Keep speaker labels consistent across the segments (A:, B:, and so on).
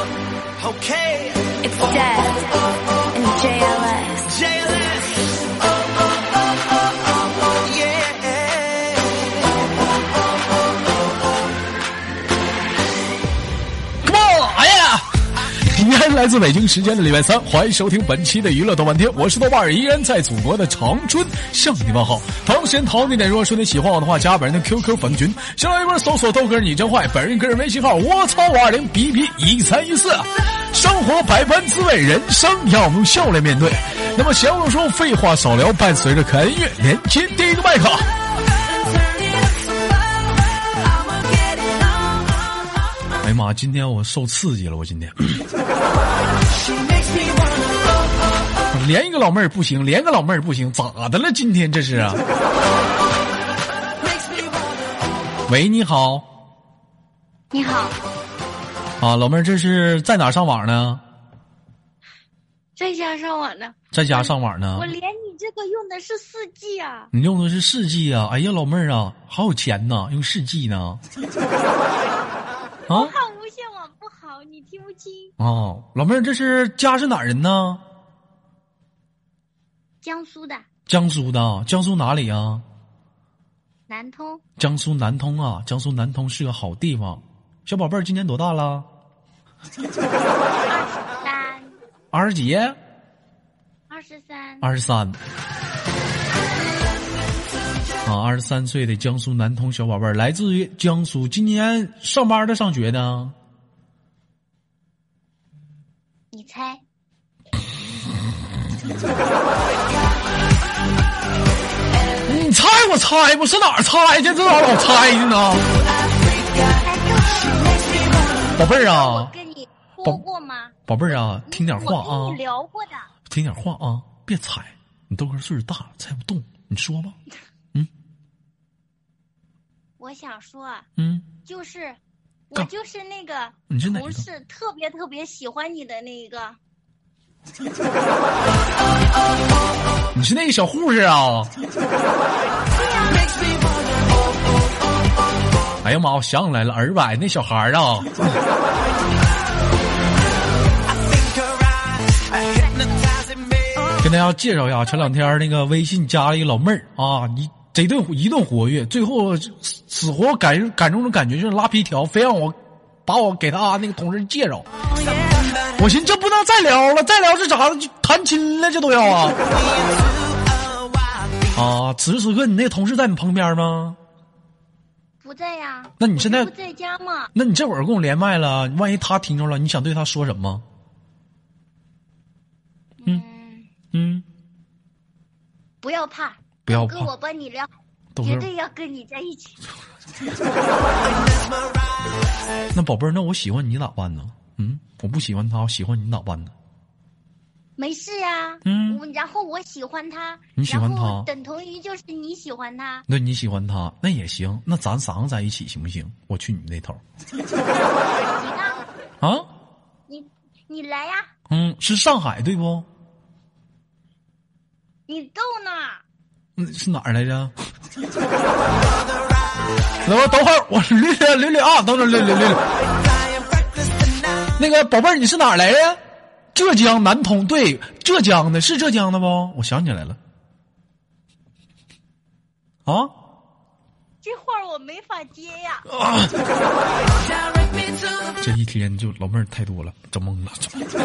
A: Okay,
B: It's death and JLS.
A: JLS. oh, Yeah.
C: Come on，哎呀！依然来自北京时间的礼拜三，欢迎收听本期的娱乐豆瓣天，我是豆瓣儿，依然在祖国的长春向你们好。同样时间同样地点，如果说你喜欢我的话，加本人的 QQ 粉群，新浪微博搜索豆哥你真坏，本人个人微信号我操五二零 B B 一三一四。生活百般滋味，人生要用笑来面对。那么闲话少说，废话少聊，伴随着可爱音乐，连接第一个麦克。哎呀妈！今天我受刺激了，我今天
A: She makes me wanna.
C: 连一个老妹儿不行，连个老妹儿不行，咋的了？今天这是啊？
A: Makes me wanna.
C: 喂，你好
B: 你好，
C: 啊，老妹儿，这是在哪儿上网呢？
B: 在家上网呢，
C: 在家上网呢
B: 我？连你这个用的是四 G 啊，
C: 你用的是世纪啊？哎呀，老妹儿啊，好有钱呐，用世纪呢？啊
B: 看无线网不好，你听不清。
C: 哦，老妹儿，这是家是哪儿人呢？
B: 江苏的
C: 江苏的，江苏哪里啊？
B: 南通
C: 江苏南通啊，江苏南通是个好地方。小宝贝儿今年多大了？
B: 三
C: 二十几？
B: 二十三，
C: 二十三。啊，二十三岁的江苏南通小宝贝儿，来自于江苏，今年上班的上学的，
B: 你猜？
C: 你猜我猜我是哪儿猜去？这哪儿老猜去呢？宝贝儿啊，
B: 跟你说过吗？
C: 宝贝儿啊，听点话
B: 我
C: 啊
B: 跟你，聊过的，
C: 听点话啊，别猜，你豆哥岁数大了，猜不动，你说吧，
B: 我想说啊，
C: 嗯，
B: 就是我
C: 干
B: 就是那个
C: 你是哪
B: 同
C: 个
B: 事特别特别喜欢你的那一个，
C: 你是那个小护士啊？
A: Makes me wanna.
C: 哎呀妈，我想起来了，儿崴那小孩儿啊，
A: Think her eyes are hypnotizing me.
C: 跟大家介绍一下，前两天那个微信加了一个老妹儿啊，一贼顿一顿活跃，最后死死活感感中的感觉就是拉皮条，非让我把我给他那个同事介绍。
A: Something that
C: 我寻思这不能再聊了，再聊是啥了？就谈亲了，这都要
A: I'm
C: 啊
A: into a wild
C: 啊！此时此刻，你那个同事在你旁边吗？
B: 不在呀、
C: 那你现在
B: 我这不在家吗？
C: 那你这会儿跟我连麦了，万一他听着了，你想对他说什么？
B: 嗯，
C: 嗯，
B: 不要怕，
C: 不要
B: 跟
C: 怕
B: 我，帮你聊，
C: 豆
B: 绝
C: 哥。
B: 对要跟你在一起。
C: 那宝贝儿，那我喜欢你咋办呢？嗯，我不喜欢他，我喜欢你咋办呢？
B: 没事呀、
C: 嗯
B: 我然后我喜欢他，
C: 你喜欢他
B: 然后等同于就是你喜欢他，
C: 那你喜欢他，那也行。那咱三个在一起行不行？我去你那头
B: 行啊，
C: 啊？
B: 你你来呀、
C: 嗯，是上海对不？
B: 你逗呢？
C: 嗯，是哪儿来着？ 等会儿，等会儿，我捋捋捋捋啊，等等捋捋捋捋。
A: flying reckless tonight.
C: 那个宝贝儿，你是哪儿来的？浙江南通，对，浙江的，是浙江的不？我想起来了。啊，
B: 这话儿我没法接呀、
C: 哦
A: Direct me to the
C: 这一天就老妹儿太多了，整懵了。整懵了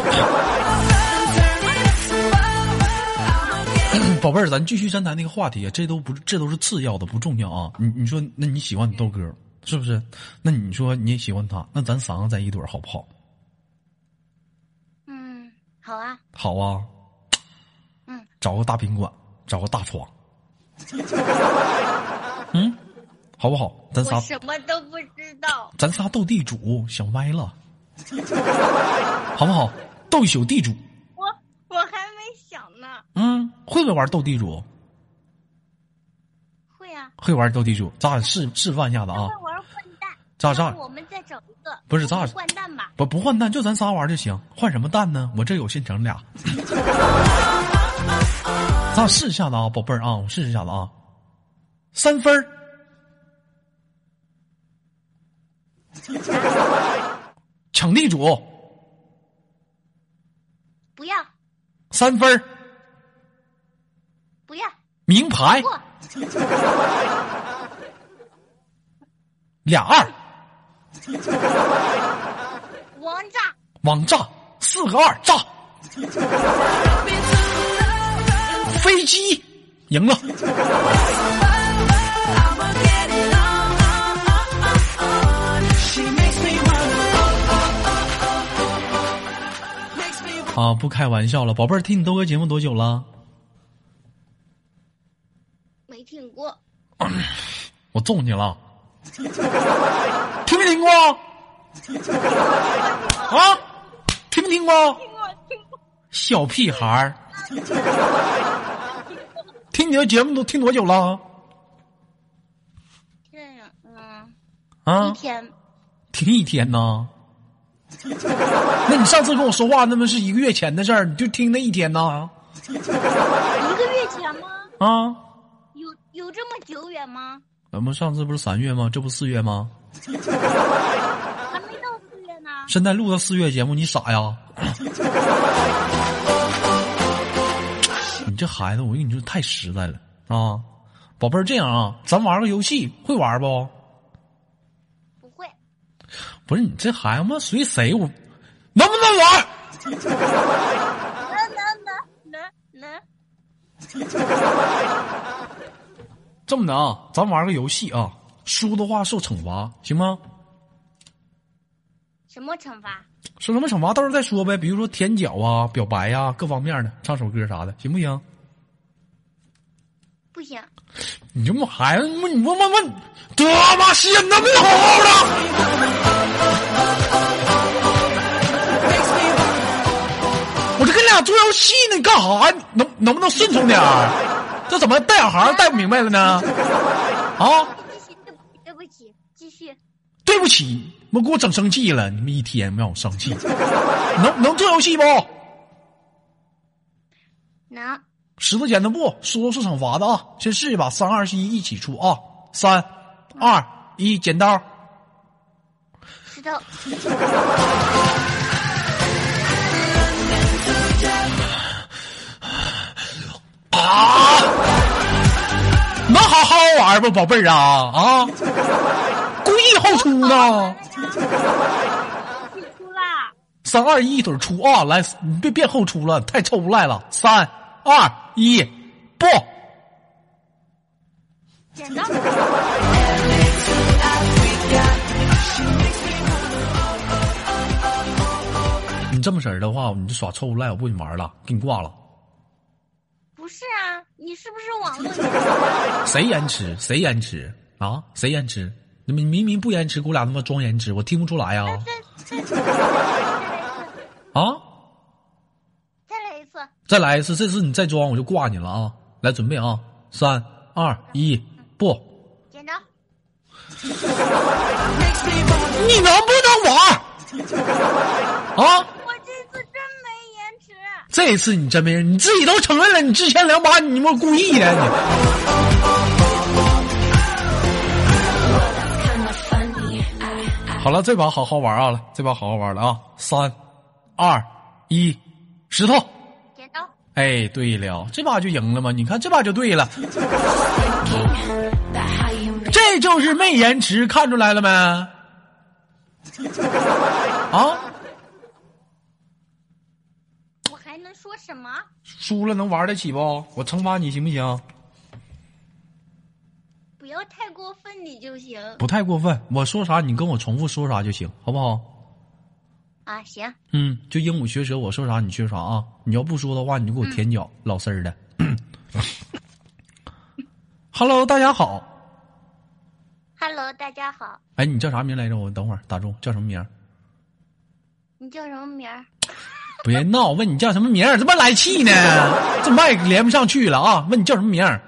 C: 宝贝儿，咱继续咱谈那个话题啊，这都不是，这都是次要的，不重要啊。你你说，那你喜欢你豆哥是不是？那你说你也喜欢他，那咱三个在一堆儿好不好？
B: 嗯，好啊，
C: 好啊，
B: 嗯，
C: 找个大宾馆，找个大床，嗯，好不好？咱
B: 我
C: 仨
B: 什么都不知道。
C: 咱仨斗地主，想歪了，好不好？斗一宿地主，
B: 我我还没想呢。
C: 嗯，会不会玩斗地主？
B: 会啊，
C: 会玩斗地主，咱俩示示范一下子
B: 他
C: 啊
B: 会！玩混蛋。
C: 咋咋
B: 然后我们再整一个。
C: 不是咋
B: 我们混蛋吧？
C: 不不换蛋，就咱仨玩就行，换什么蛋呢？我这有现成俩， 咱俩试一下子啊，宝贝儿啊，我试一下子啊，三分儿 抢地主
B: 不要
C: 三分儿
B: 不要
C: 名牌
B: 过
C: 俩二，
B: 王炸
C: 网炸四个二炸，飞机赢了。啊，不开玩笑了，宝贝儿，听你豆哥节目多久了？
B: 没听过，
C: 我揍你了，听没听过？啊，听没听过？
B: 听过听过
C: 小屁孩儿，听你的节目都听多久了？
B: 这样嗯一
C: 啊，
B: 天
C: 听一天呢？那你上次跟我说话，那么是一个月前的事儿，你就听那一天呢？
B: 一个月前吗？
C: 啊，
B: 有有这么久远吗？
C: 咱们上次不是三月吗？这不四月吗？
B: 还没到四月呢。
C: 现在录到四月节目，你傻呀？ 你这孩子，我跟你说太实在了啊！宝贝儿，这样啊，咱玩个游戏，会玩不？
B: 不会，
C: 不是你这孩子妈随谁我，能不能玩？
B: 能能能能能，
C: 这么的啊，咱玩个游戏啊，输的话受惩罚，行吗？
B: 什么惩罚？
C: 受什么惩罚到时候再说呗，比如说舔脚啊、表白呀、各方面的，唱首歌啥的，行不行？
B: 不行，
C: 你这么孩子，你问你问问问，德玛西亚能不能好好的？我这跟俩做游戏呢，你干啥？你能能不能顺从点儿？这怎么带小孩儿带不明白了呢？啊，
B: 继续，对不起，对不起，继续。
C: 对不起，我给我整生气了，你们一天让我生气，能能做游戏不？
B: 能
C: 石头剪刀布，输是惩罚的啊！先试一把，三二一，一起出啊！三二一，剪刀。
B: 石头，
C: 能好好玩不，宝贝儿啊啊！故意好出呢，
B: 退出啦！
C: 三二一，一腿出啊！来，你别别后出了，太凑不赖了。三二一，不，
B: 剪刀，
C: 你这么式儿的话，你就耍凑不赖，我不跟你玩了，给你挂了。
B: 不是啊，你是不是网络人？
C: 谁延迟？谁延迟啊？谁延迟？你们明明不延迟，给我俩他妈装延迟，我听不出来呀、
B: 再再再来一次，
C: 啊！
B: 再来一次，
C: 再来一次，这次你再装我就挂你了啊！来准备啊，三二一，不，
B: 剪刀，
C: 你能不能玩儿？啊！
B: 我这次真没延迟。
C: 这一次你真没人，你自己都承认了，你之前两把你他妈故意的，你
D: Kinda funny. I, I
C: 好了，这把好好玩啊了，这把好好玩了啊！三、二、一，石头。
B: 剪刀，
C: 哎，对了，这把就赢了嘛？你看这把就对了，
D: thinking about how you make
C: 这就是没延迟，看出来了没？啊，
B: 我还能说什么？
C: 输了能玩得起不？我惩罚你行不行？
B: 不要太过分，你就行
C: 不太过分，我说啥你跟我重复说啥就行，好不好？
B: 啊！行，
C: 嗯，就鹦鹉学舌，我说啥你学啥啊！你要不说的话，你就给我舔脚，老丝儿的。Hello，大家好。
B: Hello，大家好，
C: 哎，你叫啥名来着？我等会儿打住，叫什么名儿？
B: 你叫什么名儿？
C: 别闹，问你叫什么名儿？这么来气呢？这麦连不上去了啊！问你叫什么名儿？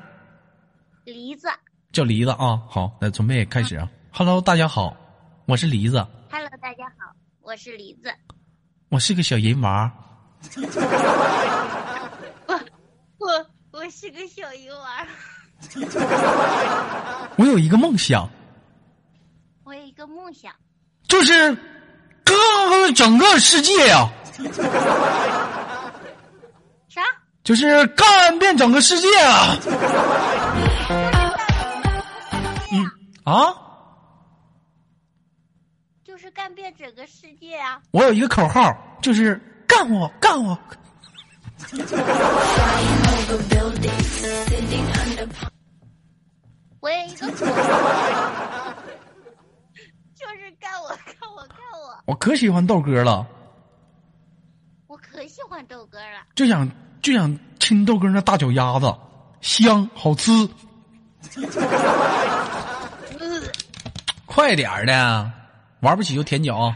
B: 梨子。
C: 叫梨子啊。好，那准备开始啊。Hello，大家好，我是梨子，
B: Hello，大家好，我是梨子。
C: 我是个小银娃。
B: 我我是个小鱼丸儿，
C: 我有一个梦想，
B: 我有一个梦想，
C: 就是各个整个世界啊呀、
B: 啥？
C: 就是干遍整个世界啊！啊，
B: 就是干遍整个世界啊！
C: 我有一个口号，就是干我干我。
E: over buildings, sitting under palm
B: 我有一 个口号，就是干我干我干我！
C: 我可喜欢豆哥了，
B: 我可喜欢豆哥了，
C: 就想就想亲豆哥那大脚丫子，香好吃，
B: 嗯
C: 快点儿的，玩不起就舔脚。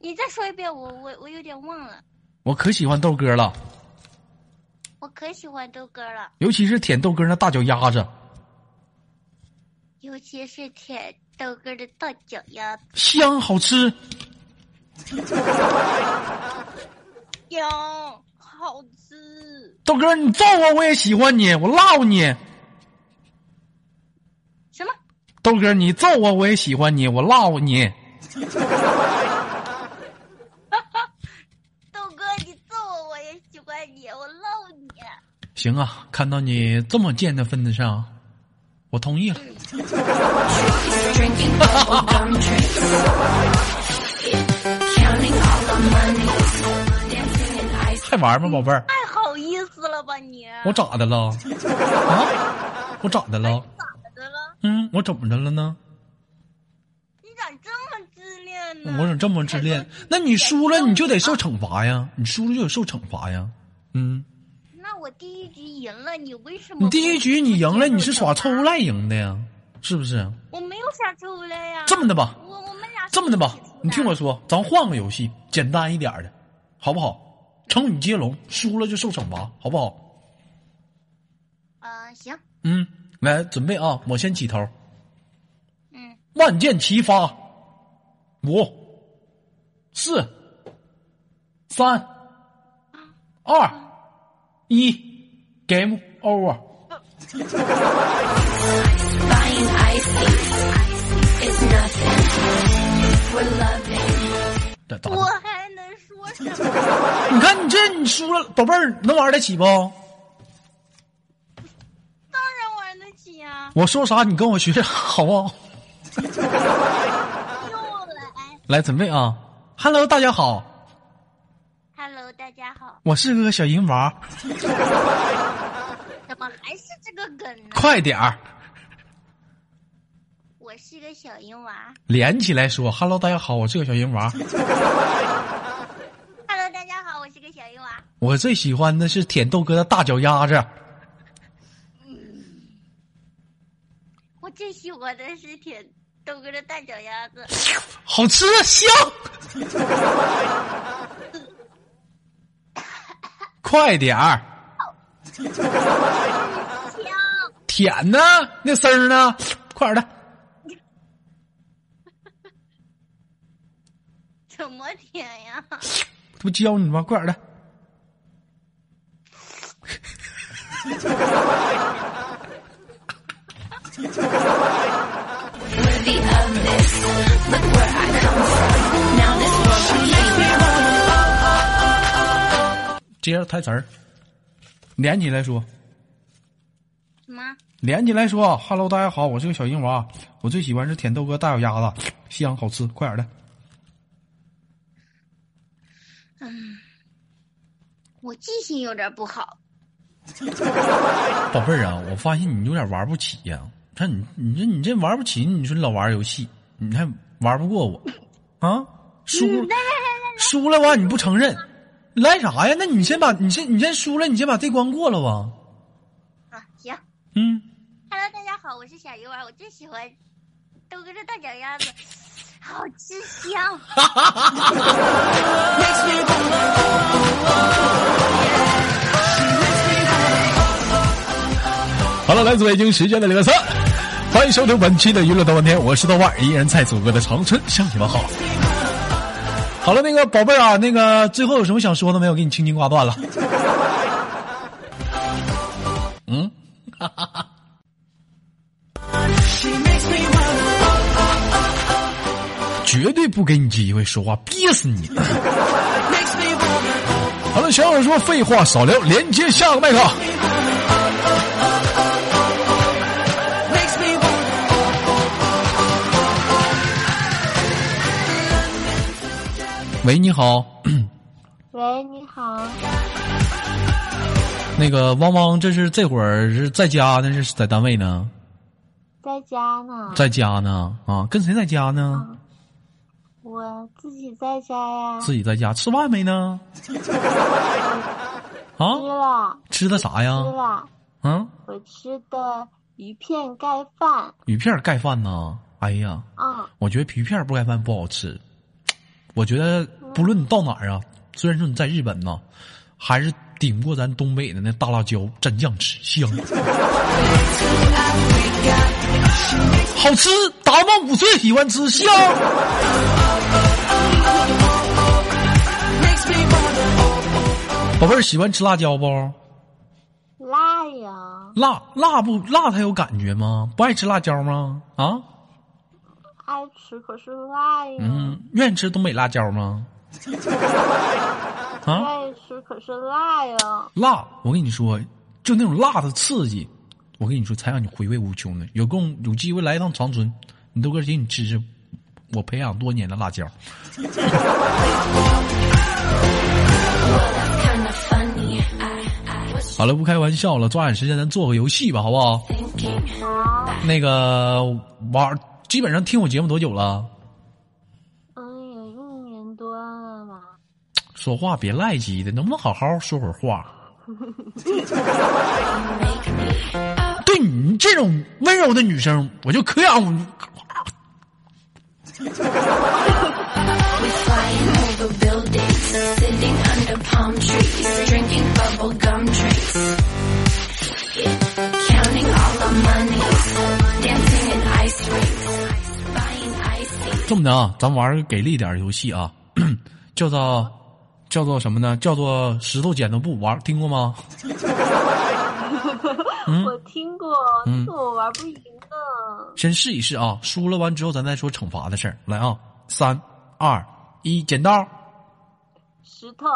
B: 你再说一遍，我我我有点忘了。
C: 我可喜欢豆哥了，
B: 我可喜欢豆哥了，
C: 尤其是舔豆哥那大脚丫子，
B: 尤其是舔豆哥的大脚丫子。
C: 香好吃。
B: 香，好吃。
C: 豆哥，你揍我我也喜欢你，我唠你。
B: 什么？
C: 豆哥，你揍我我也喜欢你，我唠你。
B: 豆哥，你揍我，我也喜欢你，我唠你。
C: 行啊，看到你这么贱的份子上，我同意了。
E: drinking bubble gum drinks, counting all the money, dancing in ice.
C: 还玩吗，宝贝儿？
B: 太好意思了吧你？
C: 我咋的了？啊？我咋的了？
B: 咋的了？
C: 嗯，我怎么的了呢？
B: 你咋这么自恋呢？
C: 我怎么这么自恋？那你输了你就得受惩罚呀，你输了就得受惩罚呀。嗯，
B: 那我第一局赢了，你为什么？
C: 你第一局你赢了，你是耍臭无。赖赢的呀，是不是？
B: 我没有耍臭无赖呀。
C: 这么的吧，
B: 我我们俩
C: 这么的吧
B: 是一起出，
C: 你听我
B: 的。
C: 说，咱换个游戏，简单一点儿的，好不好？成语接龙，输了就受惩罚，好不好？
B: 嗯，行，
C: 嗯，来准备啊，我先起头，
B: 嗯，
C: 万箭齐发，五、四、三、二、一，game over。
E: Buying ices is nothing. We're loving.
C: 这咋的
B: 我？还能说什么？
C: 你看你这你输了，宝贝儿能玩得起不？
B: 当然玩得起呀，
C: 我说啥你跟我学，好不好？
B: 又来。
C: 来准备啊！Hello，大家好，
B: Hello，大家好，
C: 我是个小银娃，
B: 怎么还是这个梗呢？
C: 快点儿
B: 我是个小银娃。
C: 连起来说：“Hello，大家好，我是个小银娃，
B: Hello，大家好，我是个小银娃。
C: 我最喜欢的是舔豆哥的大脚丫子。
B: 我最喜欢的是舔豆哥的大脚丫子，
C: 好吃啊香。 快点儿，
B: 香。
C: 舔呢，那丝儿呢？快点儿的，
B: 怎么舔呀？
C: 这不教你吗？快点儿的，
E: Worthy of this. Look where I come from. Now this world I'm leaving.
C: 接着台词儿，连起来说，
B: 什么？
C: 连起来说：“Hello，大家好，我是个小银娃，我最喜欢是舔豆哥大脚丫子，香好吃。快点儿的，
B: 我记性有点不好，
C: 宝贝儿啊，我发现你有点玩不起呀、看你，你这你这玩不起，你说你老玩游戏，你还玩不过我，啊？输输了吧，你不承认，来啥呀？那你先把你先你先输了，你先把这关过了吧。
B: 啊，行。
C: 嗯，
B: Hello，大家好，我是小鱼丸，我最喜欢豆哥的大脚丫子，好吃香。
F: 好了，来自北京时间的礼拜三，欢迎收听本期的娱乐大半天，我是豆瓣儿，依然在祖国的长春向你们好。
C: 好了，那个宝贝儿啊，那个最后有什么想说的没有？给你轻轻挂断了。嗯，
A: She makes me wanna, oh, oh, oh,
C: 绝对不给你机会说话，憋死你！
A: Makes me wanna
F: 好了，小友说废话少聊，连接下个麦克。
A: makes me wanna
C: 喂，你好，
B: 喂，你好，
C: 那个汪汪，这是这会儿是在家呢，是在单位呢，
B: 在家呢，
C: 在家呢啊？跟谁在家呢？
B: 我自己在家呀，
C: 自己在家吃饭没 呢？啊
B: 吃，了
C: 吃的啥呀
B: 吃？了，
C: 啊，
B: 我吃的鱼片盖饭，
C: 鱼片儿盖饭呢？哎呀，
B: 嗯，
C: 我觉得鱼片儿不盖饭不好吃。我觉得不论你到哪儿啊，虽然说你在日本呢，还是顶不过咱东北的那大辣椒蘸酱吃香，好吃。达曼五岁喜欢吃香。
A: makes me wanna
C: 宝贝儿喜欢吃辣椒不？
B: 辣呀，
C: 辣辣不辣？它有感觉吗？不爱吃辣椒吗？啊，
B: 爱吃可是辣呀，
C: 嗯，愿意吃东北辣椒吗？啊，
B: 爱吃可是辣呀，
C: 辣，我跟你说，就那种辣的刺激，我跟你说，才让你回味无穷的。有空有机会来一趟长春，你豆哥请你吃吃我培养多年的辣椒。
E: Kinda funny. I, I was
C: 好了，不开玩笑了，抓紧时间咱做个游戏吧，好不好？
E: thinking.
C: 那个玩，基本上听我节目多久了？
B: 嗯，有一年多了吧，
C: 说话别赖叽的，能不能好好说会儿话？对你这种温柔的女生，我就可想我
E: We flying over buildings, sitting under palm trees, drinking bubble gum drinks. Counting all the money, dancing in ice rings, buying ice tea.
C: 这么的啊，咱玩个给力点儿游戏啊， 叫做叫做什么呢？叫做石头剪刀布，玩听 过吗？嗯
B: 我听过，但是我玩不赢啊呢，
C: 先试一试啊，输了完之后咱再说惩罚的事儿。来啊，三二一，剪刀！
B: 石头。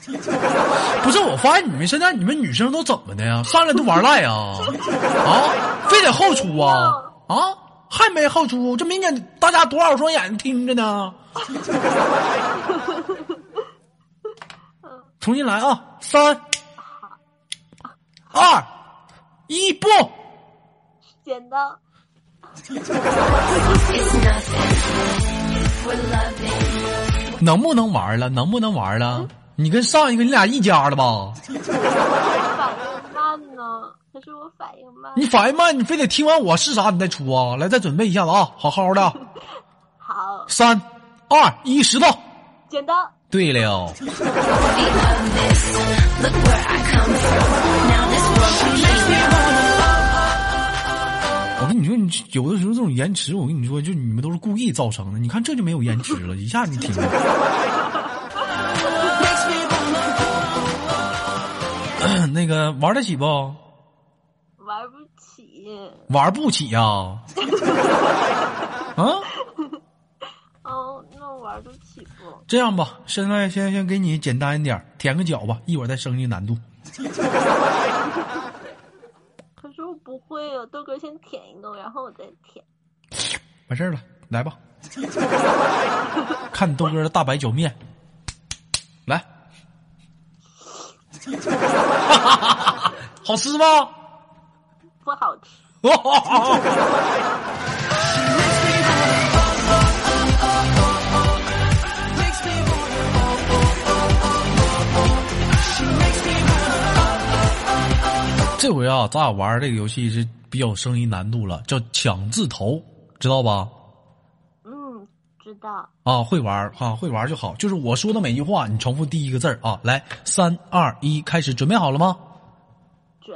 C: 不是，我发现你们现在你们女生都怎么的呀？上来都玩赖 啊啊，非得后出啊啊，还没后出，这明显大家多少双眼睛盯着呢。重新来啊，三二一，不。
B: 剪刀，
E: It's nothing. We're loving.
C: 能不能玩了？能不能玩了？你跟上一个你俩一家的吧？
B: 反应慢啊呢，可是我反应慢。
C: 你反应慢，你非得听完我是啥你再出啊？来，再准备一下子啊，好好的。
B: 好，
C: 三二一，石头。
B: 剪刀，
C: 对了，
E: We love this. Look where I come from. Now this world makes me wanna
C: 我跟你说，你有的时候这种延迟，我跟你说，就你们都是故意造成的。你看这就没有延迟了，一下你停 了。
A: makes me wanna
C: 那个玩得起不？
B: 玩不起。
C: 玩不起呀、啊？
B: 哦，那玩得起不？
C: 这样吧，现在先先给你简单一点儿，舔个脚吧，一会儿再升级难度。
B: 可是我不会啊，豆哥先舔一个，然后我再舔。
C: 完事儿了，来吧，看豆哥的大白脚面，来，好吃吗？
B: 不好吃，
A: makes me wanna
C: 这回啊，咱俩玩这个游戏是比较升级难度了，叫抢字头，知道吧？
B: 嗯，知道。
C: 啊，会玩儿啊，会玩儿就好。就是我说的每句话，你重复第一个字儿啊。来，三二一，开始，准备好了吗？
B: 卷，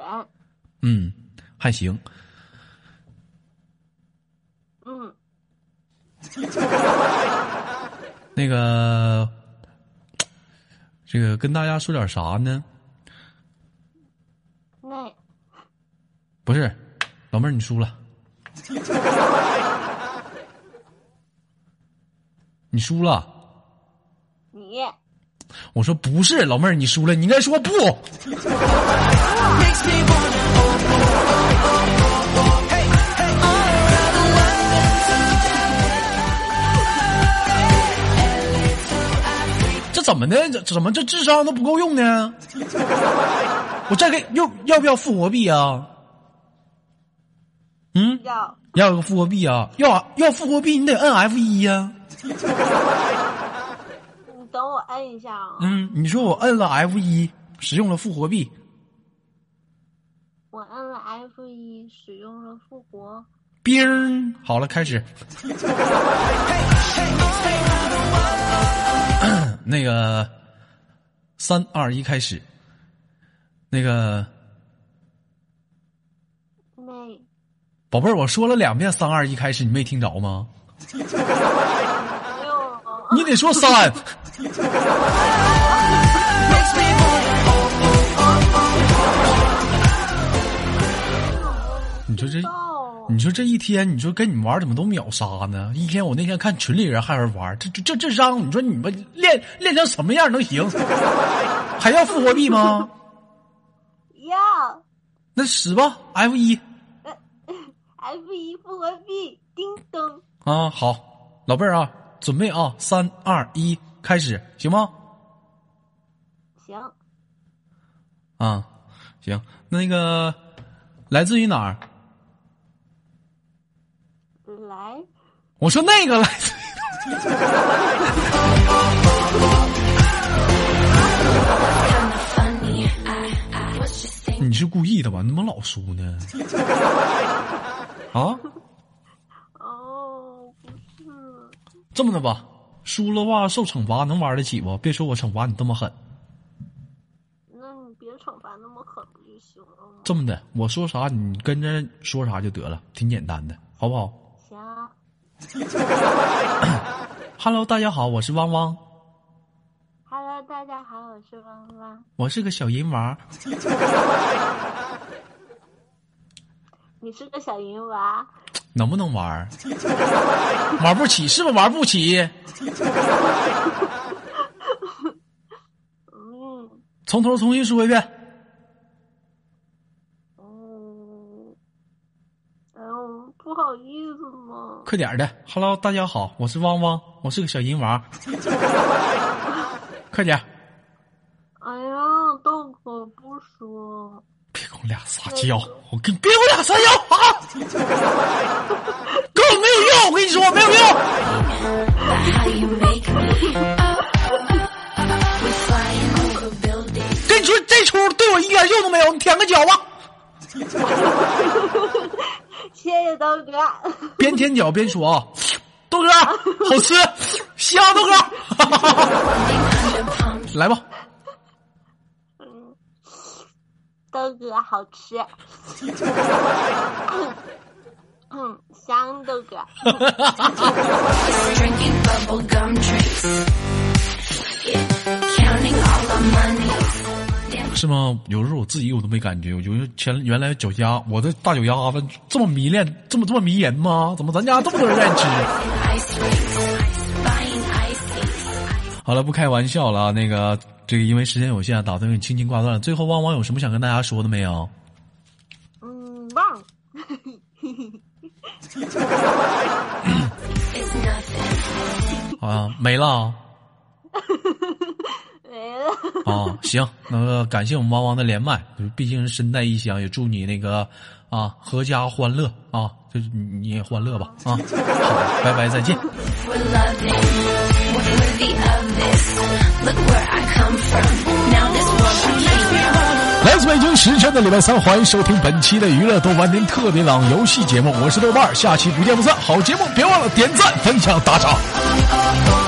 C: 嗯，还行。
B: 嗯，
C: 那个，这个跟大家说点啥呢？
B: 那
C: 不是，老妹儿，你输了。 你输了。
G: 你
C: 我说不是，老妹儿，你输了，你应该说不。
H: Makes me wanna oh oh oh oh oh oh hey hey all around the world.
C: 这怎么的？这这怎么这智商都不够用呢？我再给又要不要复活币啊？嗯，
G: 要
C: 要有个复活币啊？要要复活币，你得摁 F 一呀。
G: 你等我摁一下啊，
C: 嗯，你说我摁了 F 一，使用了复活币，
G: 我摁了 F 一，使用了复活。
C: 冰儿好了，开始。 那个三二一，开始。那个
G: 妹，
C: 宝贝儿，我说了两遍三二一，开始，你没听着吗？
G: 没有了，，
C: 你得说三。
H: Makes me wanna oh oh oh
C: 你说这，
G: 到
C: 你说这一天，你说跟你们玩怎么都秒杀呢？一天我那天看群里人还有人玩，这这这智商，你说你们练练成什么样能行？还要复活币吗？
G: 要
C: 那使吧，F 一
G: F 一复活币，叮咚，
C: 啊，好，老妹儿啊，准备啊，三二一，开始，行吗？
G: 行，
C: 啊，行，那个来自于哪儿？
G: 来，
C: 我说那个来自于你是故意的吧？你怎么老输呢？啊，
G: 哦，不是，
C: 这么的吧，输了吧受惩罚，能玩得起不？别说我惩罚你这么狠，
G: 那你别惩罚那么狠不就行了吗？
C: 这么的，我说啥你跟着说啥就得了，挺简单的，好不好
G: 行，啊
C: ？Hello，大家好，我是汪汪，
G: 哈喽，大家好，我是汪汪。
C: 我是个小银娃，
G: 你是个小银娃，
C: 能不能玩儿？ 玩不起是不是玩不起？
G: 嗯
C: 从头重新说一遍，
G: 嗯，哎呦，不好意思嘛，
C: 快点儿的。Hello，大家好，我是汪汪，我是个小银娃， 快点儿，
G: 哎呀，都可不说，
C: 别跟我俩撒娇，我跟别跟我俩撒娇啊！跟我没有用，我跟你说没有用。跟你说这出对我一点用都没有，你舔个脚吧，
G: 谢谢刀哥，
C: 边舔脚边说啊，豆哥好吃，香豆哥， 来吧，
G: 嗯，刀哥好吃， 嗯，香豆哥，
C: 是吗？有时候我自己我都没感觉，我觉得前原来脚丫，我的大脚丫子这么迷恋，这么这么迷人吗？怎么咱家这么多人愿意吃？ 好了，不开玩笑了啊，那个这个因为时间有限，打算给你轻轻挂断了。最后，汪汪有什么想跟大家说的没有？
G: 嗯，忘 了，
C: 好啊，没了啊。
G: 没了，
C: 啊，行，那个感谢我们汪汪的连麦，就是毕竟是身带异乡，也祝你那个啊阖家欢乐啊，就是你你也欢乐吧啊，好，拜拜，再见。
E: 来自北京时间的礼拜三，欢迎收听本期的娱乐豆瓣天特别档游戏节目，我是豆瓣儿，下期不见不散。好节目别忘了点赞、分享、打赏。
H: oh oh